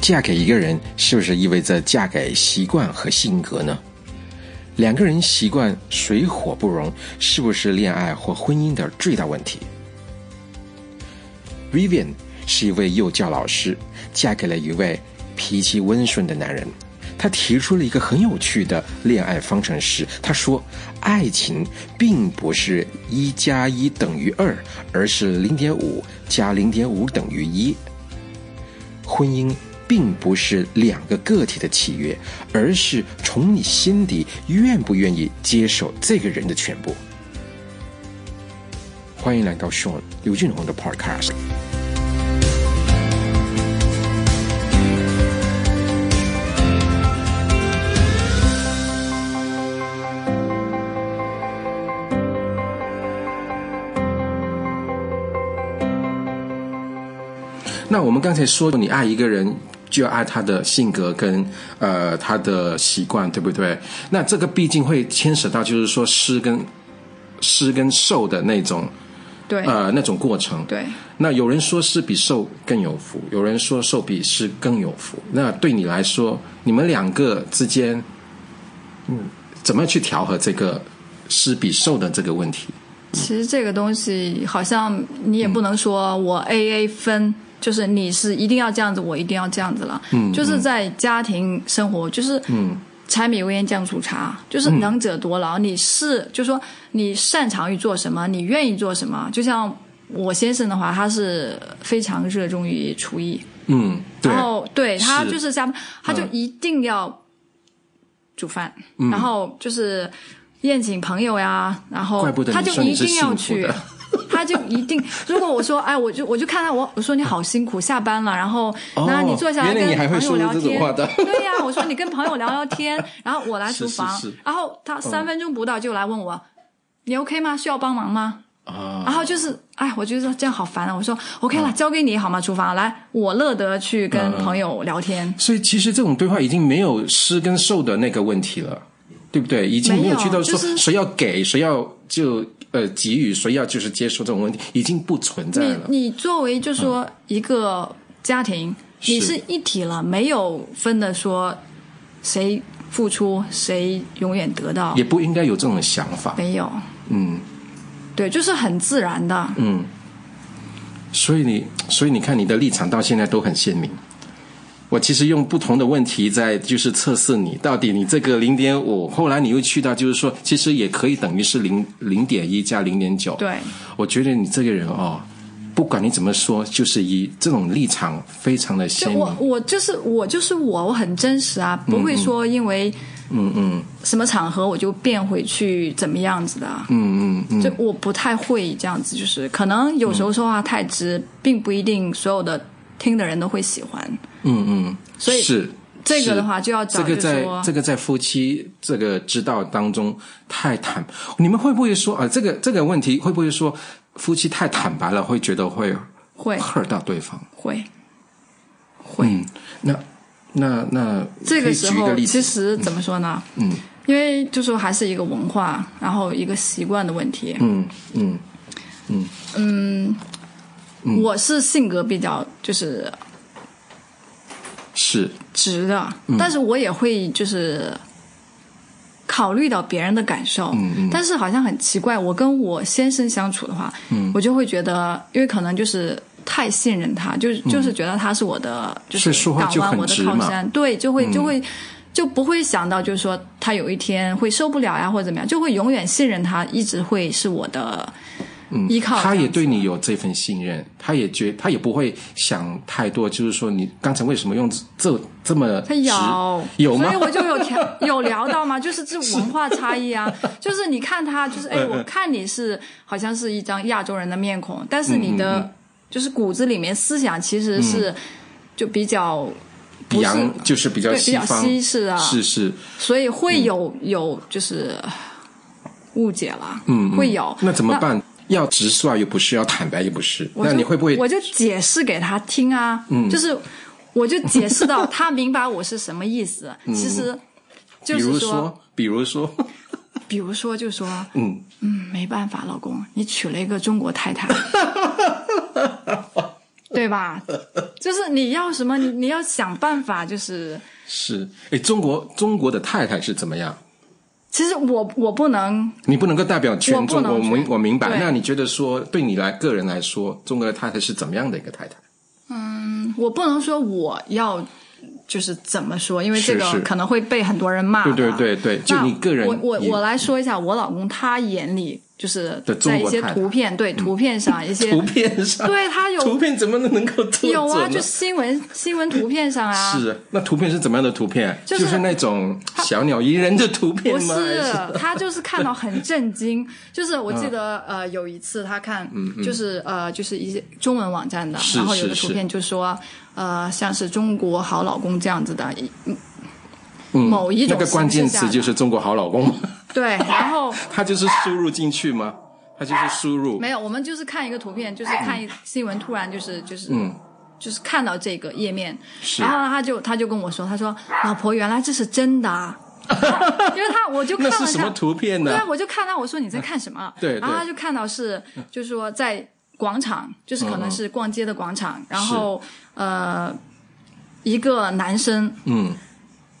嫁给一个人，是不是意味着嫁给习惯和性格呢？两个人习惯水火不容，是不是恋爱或婚姻的最大问题？Vivian 是一位幼教老师，嫁给了一位脾气温顺的男人。她提出了一个很有趣的恋爱方程式。她说，爱情并不是一加一等于二，而是零点五加零点五等于一。婚姻并不是两个个体的契约，而是从你心底愿不愿意接受这个人的全部。欢迎来到 Sean 刘俊宏的 Podcast。那我们刚才说，你爱一个人就要爱他的性格跟呃他的习惯，对不对？那这个毕竟会牵扯到，就是说施跟施跟受的那种对、呃那种过程。对，那有人说施比受更有福，有人说受比施更有福。那对你来说，你们两个之间，嗯，怎么去调和这个施比受的这个问题？其实这个东西好像你也不能说我 A A 分，就是你是一定要这样子，我一定要这样子了。嗯，就是在家庭生活，就是嗯，柴米油盐酱醋茶，就是能者多劳。你是就说你擅长于做什么，你愿意做什么。就像我先生的话，他是非常热衷于厨艺，嗯，对，然后对他是嗯就是下班，他就一定要煮饭，然后就是宴请朋友呀，然后怪不得他你就说你一是定要幸福去的。 他就一定，如果我说，哎，我就我就看到我，我说你好辛苦，下班了，然后那你坐下来哦原来你还会跟朋友说聊出这种天话的，对呀、我说你跟朋友聊聊 天，然后我来是厨房，是是嗯然后他三分钟不到就来问我，你 OK 吗？需要帮忙吗？啊，嗯然后就是，哎，我觉得这样好烦啊！我说 OK 了，交给你好吗？厨房来，我乐得去跟朋友聊天。所以其实这种对话已经没有施跟受的那个问题了，对不对？已经没有去到说没有就是谁要给，谁要就呃给予，谁要就是接受这种问题，已经不存在了。嗯你你作为就说一个家庭，是你是一体了，没有分的说谁付出谁永远得到也，不应该有这种想法，没有，嗯对，就是很自然的。嗯。所以你，所以你看，你的立场到现在都很鲜明。我其实用不同的问题在就是测试你，到底你这个零点五，后来你又去到就是说，其实也可以等于是零零点一加零点九，对，我觉得你这个人哦，不管你怎么说，就是以这种立场非常的就鲜我明。我就是我就是我，我很真实啊，不会说因为嗯嗯什么场合我就变回去怎么样子的啊。嗯嗯嗯，就我不太会这样子，就是可能有时候说话太直，并不一定所有的听的人都会喜欢。嗯嗯，所以是这个的是话就要找这个就在说这个在夫妻这个之道当中太坦，你们会不会说啊？这个这个问题会不会说夫妻太坦白了，会觉得会会 hurt 到对方？会会、嗯，那那那这可个以时举一候例子其实怎么说呢？嗯因为就说还是一个文化，然后一个习惯的问题。嗯嗯我是性格比较就是是直的，嗯但是我也会就是考虑到别人的感受。嗯嗯、但是好像很奇怪，我跟我先生相处的话，嗯、我就会觉得，因为可能就是太信任他，就是就是觉得他是我的，就所以是嗯说话港就湾，很我的直靠嘛嗯山，对，就会就会。就不会想到，就是说他有一天会受不了呀，或者怎么样，就会永远信任他，一直会是我的依靠。嗯他这也样子对你有这份信任，他也觉他也不会想太多，就是说你刚才为什么用这这么他有直有吗所以？我就有 调有聊到嘛，就是这文化差异啊，就是你看他，就是哎，我看你是好像是一张亚洲人的面孔，但是你嗯的、就是骨子里面思想其实是就比较不是洋就是嗯比较对比西较方，西式啊，是嗯是，所以会有、有就是误解啦，嗯，嗯会有那怎么？办？要直率又不是，要坦白又不是，我那就你会不会嗯我就解释给他听啊，就是我就解释到他明白我是什么 意思，其实嗯比就如是说，比如说， 比如说就说，嗯，嗯，没办法，老 公，你娶了一个中国太太，对吧？就是你要什么，你你要想办法，就是。是，哎，中国中国的太太是怎么样？其实我我不能，你不能够代表我全不中能国，我明全我明白。对那你觉得说，对你来个人来说，中国的太太是怎么样的一个太太？我不能说我要就是怎么说，因为是这是个可能会被很多人骂对吧。对对对，就那你个人我我也我来说一下，我老公他眼里就是的中在一国些太太图片，对图片上一些图，片上，对他图有片怎么能够做有啊，准就呢新闻新闻图片上啊，是那图片是怎么样的图片？就就是那种小鸟依人的图片不吗？是还是，嗯他就是看到很震惊。 就是我记得、呃，有一次他看，就是呃，就是一些中文网站的，是然后有是个图是片就说呃，像是中国好老公这样子的，一某一种嗯那个关键词就是中国好老公吗？ 对，然后。他就是输入进去吗？他就是输入，没有，我们就是看一个图片，就是看一新闻，突然就是就是、嗯就是看到这个页面，是然后他就他就跟我说，他说老婆原来这是真的、啊， 因为他我就看 那了是一什下么，图片对呢啊，？我就看到我说你在看什么，啊对对然后他就看到是就是说在广场，就是可能是逛街的广嗯场，然后呃一个男生嗯，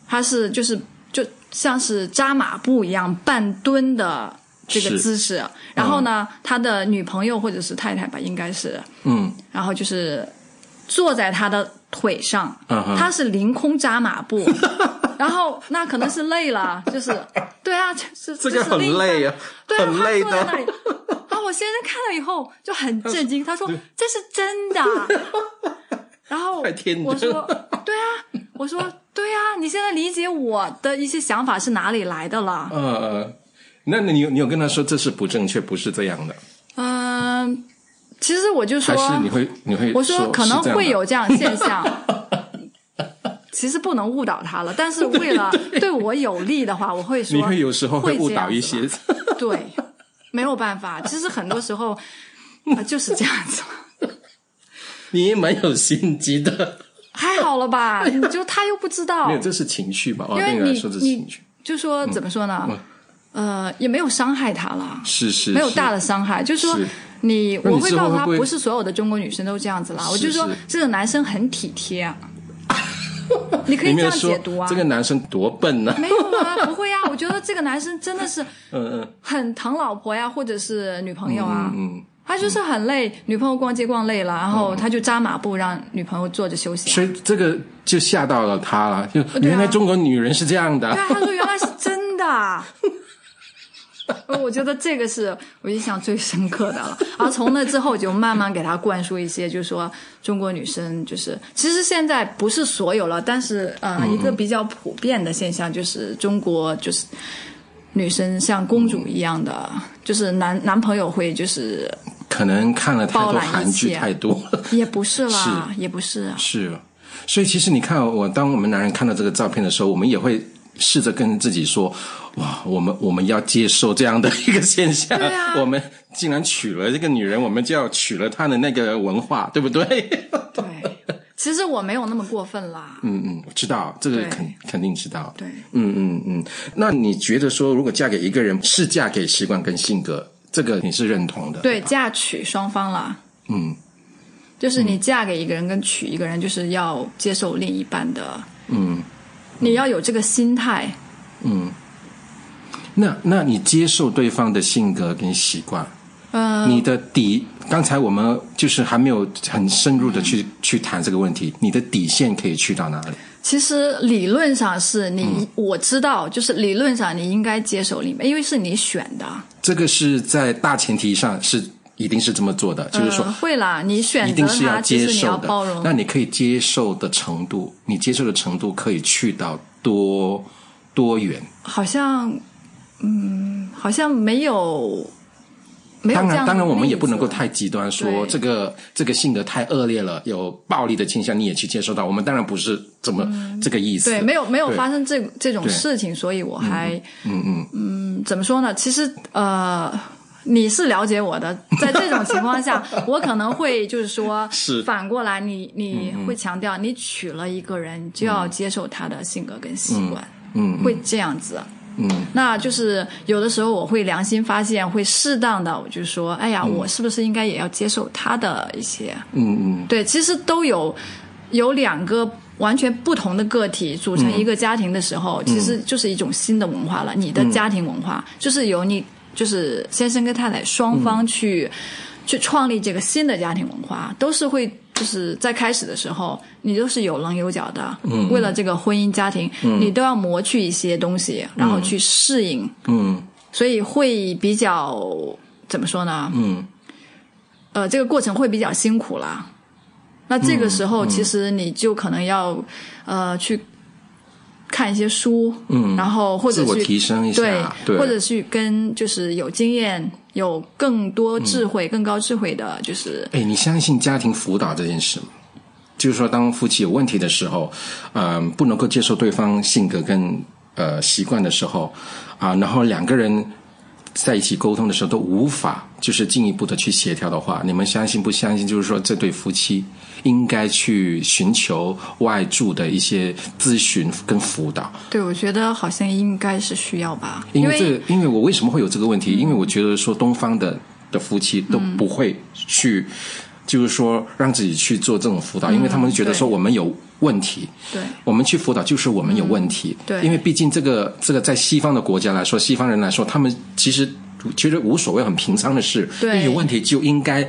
他是就是就像是扎马步一样半蹲的这个是姿势，然后呢，他的女朋友或者是太太吧，应该是，嗯，然后就是呃坐在他的腿上，嗯哼他是凌空扎马步，然后那可能是累了，就是对啊，就是 这个很累啊，对啊，很累他坐在那 的。里。然后我先生看了以后就很震惊，他说：“这是真的 啊。”然后太天真我说：“对啊，我说对啊，你现在理解我的一些想法是哪里来的了？嗯嗯，那你有你有跟他说这是不正确，不是这样的，嗯，其实我就说还，是你会你会我说可能是这样的会有这样现 象。其实不能误导他了，但是为了对我有利的话，我会说你会有时候会误这样导一子些了。对，没有办法，其实很多时候、呃就是这样子。 你也蛮有心机的。还好 了吧？你就他又不知道哎没有，，这是情绪吧？我哦因为对你来你说这是你情绪，就说怎么说呢？呃，也没有伤害他了，嗯是是没有是大的伤害，就是说是你那你我会之后告诉会他，不会不是所有的中国女生都这样子啦。我是就说是这个男生很体 贴啊，你可以你这没有样说解读啊这。个男生多笨呢、没有啊，不会啊，我觉得这个男生真的是嗯嗯很疼老婆呀，或者是女朋友啊。嗯，他就是很累，女朋友逛街逛累了，然后他就扎马步让女朋友坐着休 息啊。所以这个就吓到了他了。就啊原来中国女人是这样的，对啊，他说原来是真的啊。 我觉得这个是我印象最深刻的了。然后从那之后，就慢慢给他灌输一些，就是说中国女生就是，其实现在不是所有了，但是呃，一个比较普遍的现象就是中国就是女生像公主一样的，就是男男朋友会就是可能看了太包多揽一韩剧切太多了。也不是啦，也不是啊，是，所以其实你看，我当我们男人看到这个照片的时候，我们也会试着跟自己说：哇，我们我们要接受这样的一个现象。对啊我们既然娶了这个女人，我们就要娶了她的那个文化，对不 对？对。其实我没有那么过分啦，嗯嗯，我知道这个对肯肯定知道。对。嗯嗯嗯，那你觉得说，如果嫁给一个人，是嫁给习惯跟性格，这个你是认同的？，对，嫁娶双方啦。嗯，就是你嫁给一个人跟娶一个人，就是要接受另一半的，嗯，你要有这个心态。那那你接受对方的性格跟习惯，嗯、你的底，刚才我们就是还没有很深入嗯的去、去谈这个问题，你的底线可以去到哪里？其实理论上是你，嗯我知道，就是理论上你应该接受另一半，因为是你选的。这个是在大前提上是一定是这么做的，就是说嗯会啦，你一选择定是他，接其实你受要的。包容那。你可以接受的程度，你接受的程度可以去到多多远？好像，嗯，好像没有，没有当这样然，的当然，我们也不能够例子啊太极端说，对这个这个性格太恶劣了，有暴力的倾向，你也去接受到。我们当然不是这么、这个意思。嗯对，没有没有对发生这这种对事情，所以我还嗯嗯，嗯，怎么说呢？其实呃，你是了解我的，在这种情况下，我可能会就是说， 是嗯反过来你，你会强调，你娶了一个人就要接受他的性格跟习惯，嗯，会这样子。嗯，那就是有的时候我会良心发现，会适当的，我就嗯说，哎呀，我是不是应该也要接受他的一些？嗯嗯，对，其实都有有两个完全不同的个体组成一个家庭的时候，其实就是一种新的文化了。你的家庭文化就是由你就是先生跟太太双方去、去创立这个新的家庭文化，都是会就是在开始的时候，你都是有棱有角的。嗯，为了这个婚姻家庭，你都要磨去一些东西，然后去适应，嗯所以会比较怎么说呢？嗯呃，这个过程会比较辛苦啦。那这个时嗯候，其实你就可能要、呃去看一些书，嗯然后或者自我去提升一下对或者去跟就是有经验、有更多智慧、嗯更高智慧的，就是哎，你相信家庭辅导这件事吗？就是说，当夫妻有问题的时候，嗯、不能够接受对方性格跟呃习惯的时候，啊、然后两个人在一起沟通的时候都无法就是进一步的去协调的话，你们相信不相信？就是说，这对夫妻应该去寻求外助的一些咨询跟辅导。对我觉得好像应该是需要吧，因因嗯为这个，因为我为什么会有这个问题？因为我觉得说东方的的夫妻都不会去，就是说让自己去做这种辅导，因为他们觉得说嗯对我们有问题，对嗯我们去辅导就是我们有问题。对因为毕竟这个这个在西方的国家来说，西方人来说，他们其实其实无所谓，很平常的事，对一有问题就应该。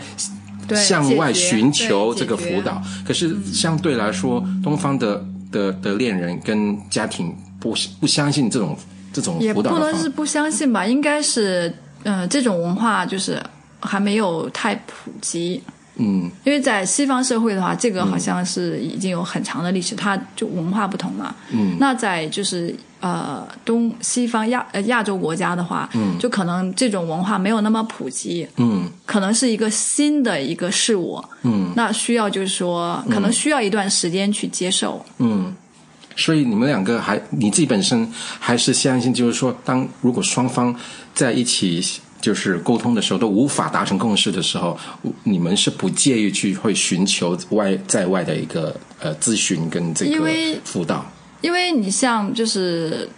对向外解决寻求这个对解决辅导，啊可是相对来说，东方的的的恋人跟家庭不不相信这种这种也辅不导的方能法是。不相信吧，应该是呃这种文化就是还没有太普及，嗯，因为在西方社会的话，这个好像是已经有很长的历史，它就文化不同嘛。嗯，那在就是呃东西方亚呃亚洲国家的话，嗯，就可能这种文化没有那么普及，嗯，可能是一个新的一个事物，嗯，那需要就是说，可能需要一段时间去接受。所以你们两个还你自己本身还是相信，就是说，当如果双方在一起就是沟通的时候都无法达成共识的时候，你们是不介意去会寻求外在外的一个呃咨询跟这因个为辅导。因为你像就是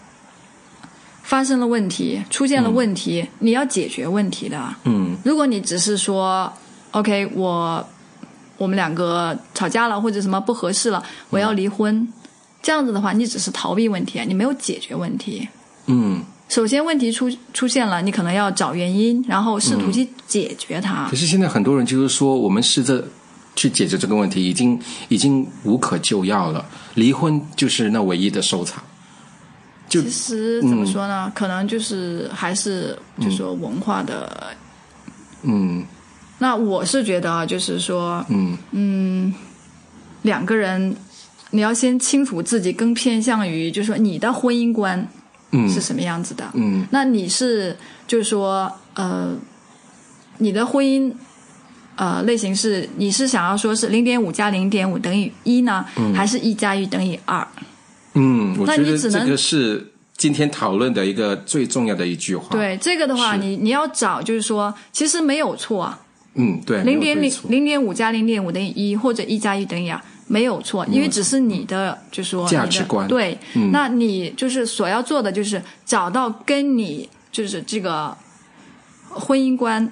发生了问题，出现了问题，你要解决问题的。嗯如果你只是说 OK，我我们两个吵架了或者什么不合适了，我嗯要离婚，这样子的话，你只是逃避问题，你没有解决问题。嗯。首先，问题出出现了，你可能要找原因，然后试图去解决它。嗯可是现在很多人就是说，我们试着去解决这个问题，已经已经无可救药了，离婚就是那唯一的收场。就其实嗯怎么说呢？可能就是还是就说文化的。嗯那我是觉得啊，就是说嗯两个人，你要先清楚自己更偏向于，就是说你的婚姻观嗯是什么样子的。嗯那你是就是说，呃，你的婚姻呃类型是你是想要说是零点五加零点五等于一呢，还是一加一等于二？嗯，我那觉你得只这能个是今天讨论的一个最重要的一句话。，对这个的话，啊是你你要找就是说，其实没有错啊，嗯，对，没零有点对零错零点五加零点五等于一，或者一加一等于二，没有错，因为只是你的就是说嗯价你的值观嗯对，那你就是所要做的就是找到跟你就是这个婚姻观、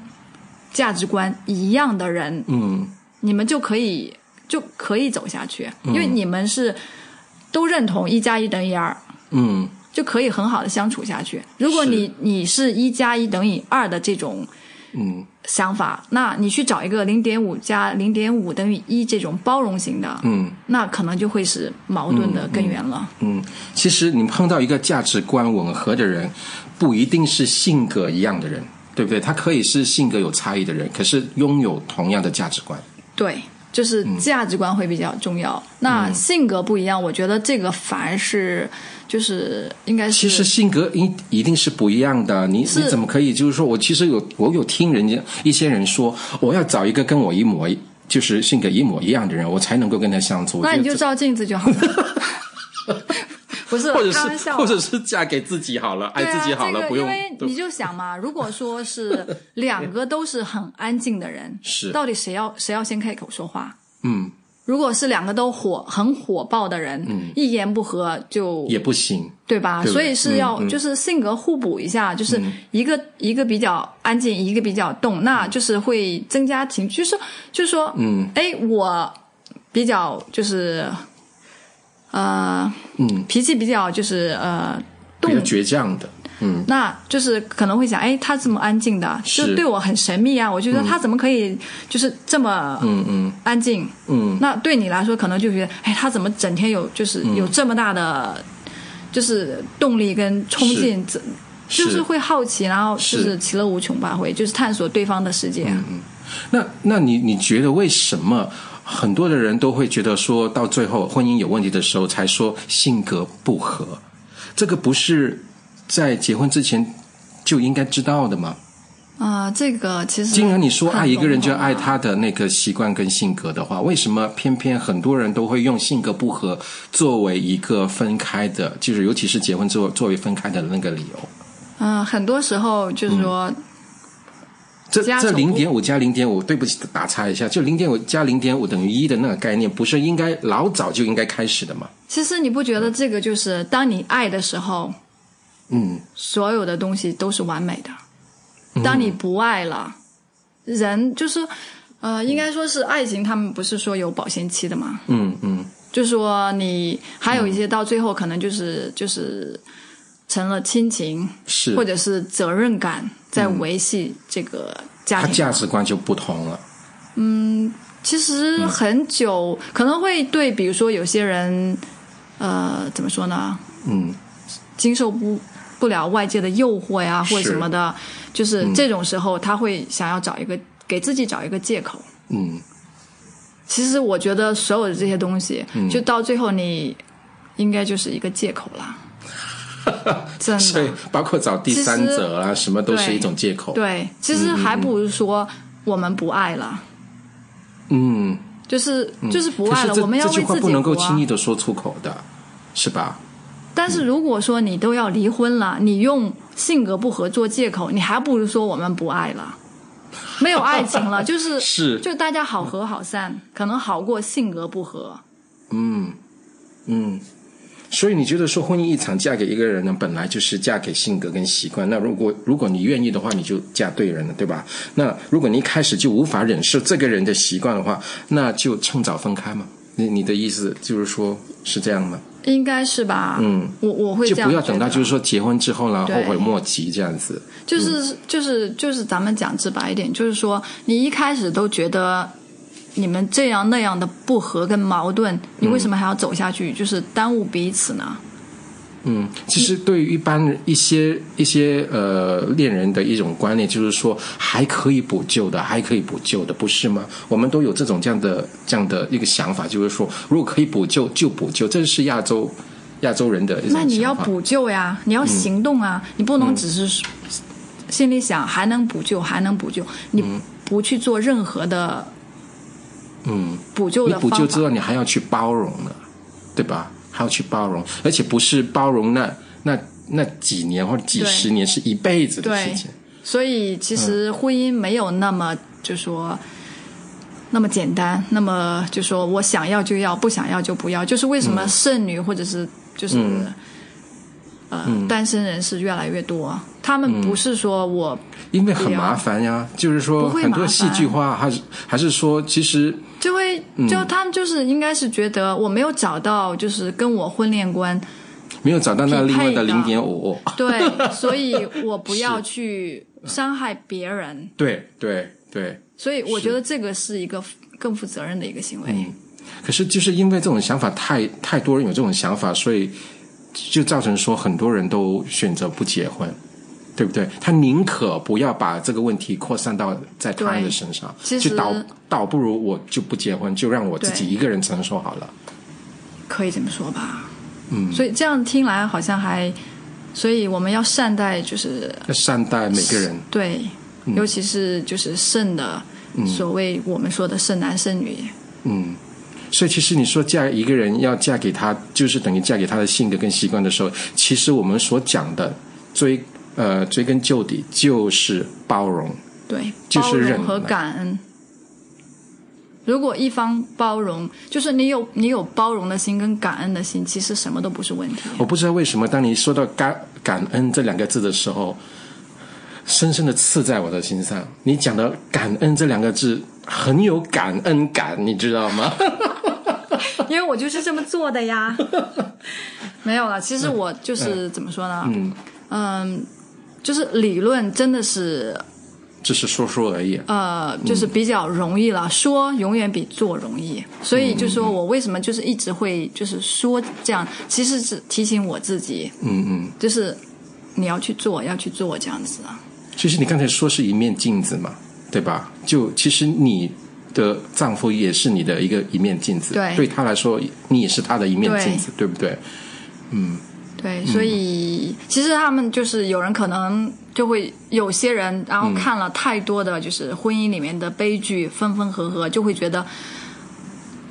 价值观一样的人，嗯你们就可以就可以走下去，嗯因为你们是都认同一加一等于二。嗯就可以很好的相处下去。如果你你是一加一等于二的这种嗯想法，那你去找一个零点五加零点五等于一这种包容型的，嗯那可能就会是矛盾的根源了。嗯。其实你碰到一个价值观吻合的人，不一定是性格一样的人，对不对？他可以是性格有差异的人，可是拥有同样的价值观。对，就是价值观会比较重要。那性格不一样，我觉得这个反而是就是应该是其实性格一一定是不一样的，你你怎么可以就是说我其实有我有听人家一些人说，我要找一个跟我一模一就是性格一模一样的人，我才能够跟他相处。我那觉你得就这照镜子就好了。 不是，或者开玩是 笑啊或的者是嫁给自己好了，爱对啊，自己好了，这个、不用因为对你就想嘛，如果说是两个都是很安静的人， 是到底谁要谁要先开口说话？嗯如果是两个都火很火爆的人，一言不合就也不行。对吧？对不对所以是要、嗯嗯嗯就是性格互补一下，就是一个、一个比较安静，一个比较动，那就是会增加情，就是就是说，嗯，哎，我比较就是呃，嗯，脾气比较就是呃比动较倔强的，嗯，那就是可能会想，哎，他这么安静的，是就对我很神秘啊。我觉得他怎么可以就是这么嗯嗯安静？嗯那对你来说，可能就觉得，哎，他怎么整天有就是有这么大的就是动力跟冲劲，这是就是会好奇，然后就是是其乐无穷吧，会就是探索对方的世界。嗯那那你你觉得为什么很多的人都会觉得说到最后婚姻有问题的时候才说性格不合？这个不是在结婚之前就应该知道的吗？啊、这个其实既然你说很爱一个人就笼统啊爱他的那个习惯跟性格的话，为什么偏偏很多人都会用性格不合作为一个分开的，就是尤其是结婚之后作为分开的那个理由？嗯、很多时候就是嗯说，这加这总零共点五加零点五，对不起，打岔一下，就零点五加零点五等于一的那个概念，不是应该老早就应该开始的吗？其实你不觉得这个就是当你爱的时候，嗯，所有的东西都是完美的。当你不爱了，人就是，呃，应该说是爱情，他们不是说有保鲜期的嘛？嗯嗯，就是说你还有一些到最后可能就是、就是成了亲情是，嗯或者是责任感在维系这个家他庭。价值观就不同了。其实很久、可能会对，比如说有些人，呃，怎么说呢？嗯，经受不不了外界的诱惑呀，是嗯或者什么的，就是这种时候，他会想要找一个给自己找一个借口。嗯，其实我觉得所有的这些东西，嗯就到最后你应该就是一个借口啦。 真所的以，包括找第三者啊，什么都是对一种借口。对，其实还不如说我们不爱了，嗯，就是就是不可爱是了，这我们要这句为话自不己能够活啊轻易嗯的说出口的，是吧？但是如果说你都要离婚了，你用性格不合做借口，你还不如说我们不爱 了，没有爱情了，就是是就大家好合好散，可能好过性格不合。嗯，所以你觉得说婚姻一场嫁给一个人呢，本来就是嫁给性格跟习惯。那如果如果你愿意的话，你就嫁对人了，对吧？那如果你一开始就无法忍受这个人的习惯的话，那就趁早分开嘛。你你的意思就是说，是这样吗？应该是吧？嗯，我我会就这样不要等到觉得就是说结婚之后呢，后对悔莫及这样子。嗯就是就是就是咱们讲直白一点，就是说你一开始都觉得你们这样那样的不和跟矛盾，你为什么还要走下去？就是耽误彼此呢？嗯，其实对于一般一些一些呃恋人的一种观念，就是说还可以补救的，还可以补救的，不是吗？我们都有这种这样的这样的一个想法，就是说如果可以补救就补救，这是亚洲亚洲人的一种想嗯法。那你要补救呀，你要行动啊，你不嗯能只是心里想还能补救，还能补救，你不去做任何的嗯，补救你的补方救之法。后，你还要去包容呢，对吧？还要去包容，而且不是包容那那那几年或者几十年，是一辈子的事对情。，所以其实婚姻没有那么就说。那么简单，那么就说我想要就要，不想要就不要，就是为什么剩女或者是就是、呃、单身人士越来越多，他们不是说我因为很麻烦呀，就是说不会很多麻戏烦剧化，还是还是说，其实就会就他们就是应该是觉得我没有找到就是跟我婚恋观，没有找到那另外的匹零配点五。对，所以我不要去伤害别人，对对对，所以我觉得这个是一个更负责任的一个行为。哎可是就是因为这种想法太太多人有这种想法，所以就造成说很多人都选择不结婚，对不对？他宁可不要把这个问题扩散到在他人的对身上，其就实倒倒不如我就不结婚，就让我自己对一个人承受好了。可以这么说吧。嗯，所以这样听来好像还，所以我们要善待，就是要善待每个人，对，尤其是就是剩的，所谓我们说的剩男剩女，嗯，所以其实你说嫁一个人要嫁给他，就是等于嫁给他的性格跟习惯的时候，其实我们所讲的追呃追根究底就是包容，对，就是包忍容和耐感恩。如果一方包容，就是你有你有包容的心跟感恩的心，其实什么都不是问 题。我不知道为什么，当你说到感感恩这两个字的时候，深深的刺在我的心上。你讲的感恩这两个字很有感恩感，你知道吗？ 因为我就是这么做的 呀。没有了，其实我就是怎么说呢？嗯就是理论真的是只是说说而已。啊呃，就是比较容易了，说永远比做容易。所以就说我为什么就是一直会就是说这样，其实是提醒我自己，嗯嗯，就是你要去做，要去做这样子啊。其实你刚才说是一面镜子嘛，对吧？就其实你的丈夫也是你的一个一面镜子，对对他来说你也是他的一面镜子，对不对？嗯对，所以、其实他们就是有人可能就会有些人，然嗯后看了太多的就是婚姻里面的悲剧，分分合合，就会觉得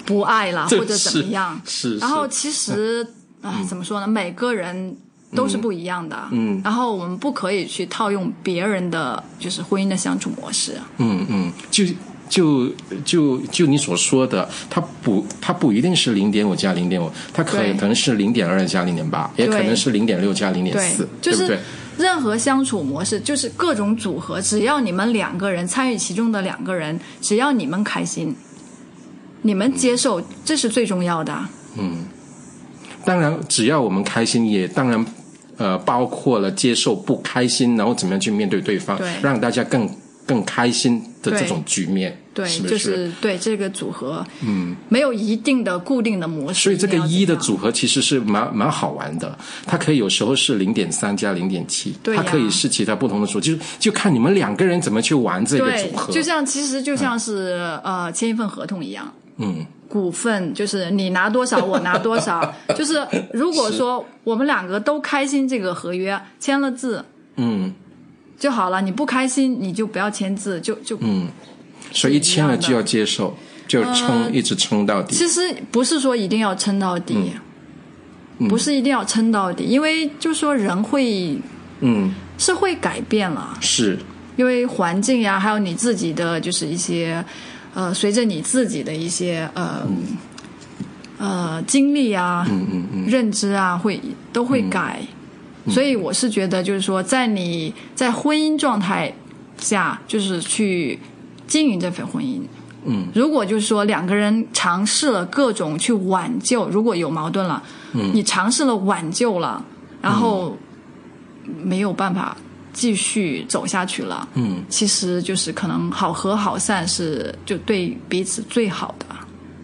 不爱啦，这或者怎么样。是是嗯然后其实啊、怎么说呢？每个人都是不一样的。嗯。然后我们不可以去套用别人的就是婚姻的相处模式。嗯嗯，就就就就你所说的，它不它不一定是零点五加零点五，它可对可能是零点二加零点八，也可能是零点六加零点四，对就不是对？任何相处模式，就是各种组合，只要你们两个人参与其中的两个人，只要你们开心，你们接受，这是最重要的。当然，只要我们开心，也当然，呃，包括了接受不开心，然后怎么样去面对对方，对让大家更更开心的对这种局面，对，是不？就是是对这个组合，嗯，没有一定的固定的模式。所以这个定要一的怎样组合其实是蛮蛮好玩的，它可以有时候是零点三加零点七，对呀它可以是其他不同的组合，就就看你们两个人怎么去玩这个组合。对，就像其实就像是、呃签一份合同一样，嗯，股份就是你拿多少，我拿多 少。就是如果说我们两个都开心，这个合约签了字，嗯就好了。你不开心，你就不要签字，就就。所以一签了是一样的就要接受，就撑、嗯一直撑到底。其实不是说一定要撑到底，不是一定要撑到底，因为就说人会嗯，是会改变了，是，因为环境呀，还有你自己的就是一些呃，随着你自己的一些呃。呃，经历啊，嗯嗯嗯、认知啊，会都会改，所以我是觉得，就是说，在你在婚姻状态下，就是去经营这份婚姻，嗯，如果就是说两个人尝试了各种去挽救，如果有矛盾了，嗯，你尝试了挽救了，然后没有办法继续走下去了，嗯，其实就是可能好合好散是就对彼此最好的，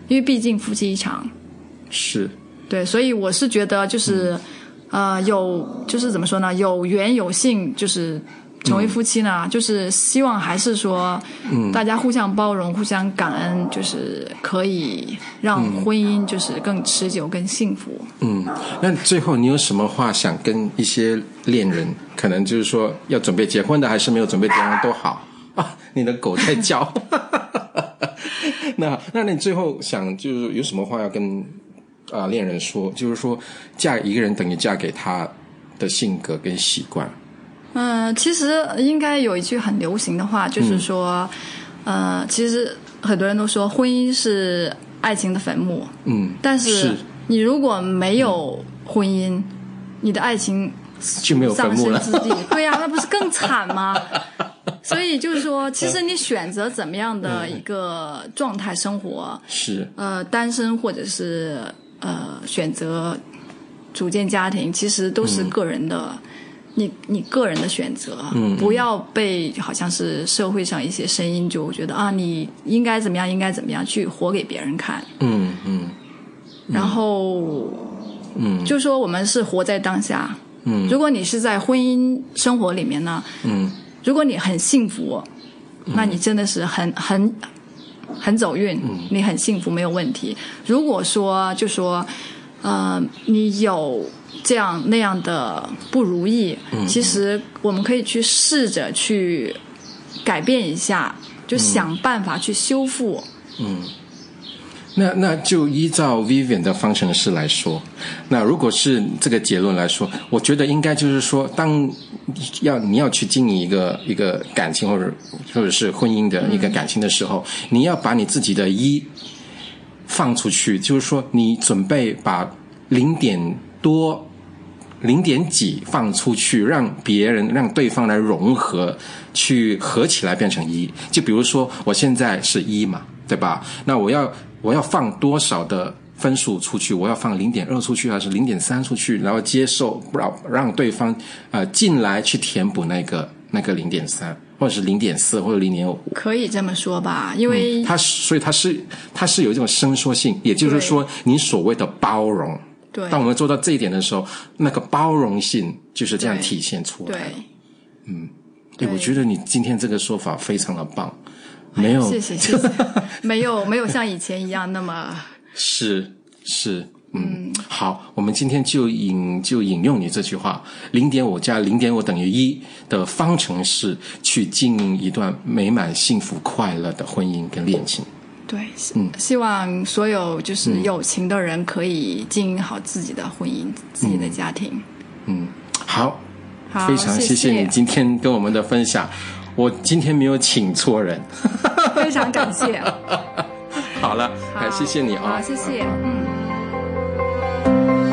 因为毕竟夫妻一场，是，对，所以我是觉得就是，呃，有就是怎么说呢，有缘有幸就是成为夫妻呢，就是希望还是说，大家互相包容、互相感恩，就是可以让婚姻就是更持久、更幸福。嗯。那最后你有什么话想跟一些恋人，可能就是说要准备结婚的，还是没有准备结婚都好啊？你的狗在叫。 那，那你最后想就是有什么话要跟啊、恋人说？就是说，嫁一个人等于嫁给他的性格跟习惯。嗯、其实应该有一句很流行的话，就是说，呃，其实很多人都说婚姻是爱情的坟墓，嗯，但是是你如果没有婚姻，你的爱情就没有坟葬墓身了。之地， 对呀、那不是更惨吗？所以就是说，其实你选择怎么样的一个状态生活，是，呃，单身或者是呃选择组建家庭，其实都是个人的，你你个人的选择，嗯不要被好像是社会上一些声音就觉得啊，你应该怎么样，应该怎么样去活给别人看，嗯嗯然后，嗯，就说我们是活在当下。嗯，如果你是在婚姻生活里面呢，嗯，如果你很幸福，那你真的是很很很走运，嗯你很幸福没有问题。如果说就说，呃，你有这样那样的不如意，嗯其实我们可以去试着去改变一下，嗯就想办法去修复。那那就依照 Vivian 的方程式来说，那如果是这个结论来说，我觉得应该就是说，当要你要去经营一个一个感情或者或者是婚姻的一个感情的时候，你要把你自己的一放出去，就是说你准备把零点多。零点几放出去，让别人让对方来融合，去合起来变成一。就比如说，我现在是一嘛，对吧？那我要我要放多少的分数出去，我要放零点二出去还是零点三出去，然后接受让让对方呃进来去填补那个那个零点三，或者是零点四或者零点五。可以这么说吧，因为、它所以它是它是有一种伸缩性，也就是说你所谓的包容。对当我们做到这一点的时候，那个包容性就是这样体现出对来。，对哎我觉得你今天这个说法非常的棒，没有谢谢 谢谢，没有没有像以前一样那么是是，嗯，好，我们今天就引就引用你这句话：零点五加零点五等于一的方程式，去经营一段美满、幸福、快乐的婚姻跟恋情。对，希嗯希望所有就是有情的人可以经营好自己的婚姻、自己的家庭。好，嗯好，非常谢谢你今天跟我们的分享。我今天没有请错人， 非常感谢， 好了，哎，谢谢你啊、好，谢谢，嗯。 Thank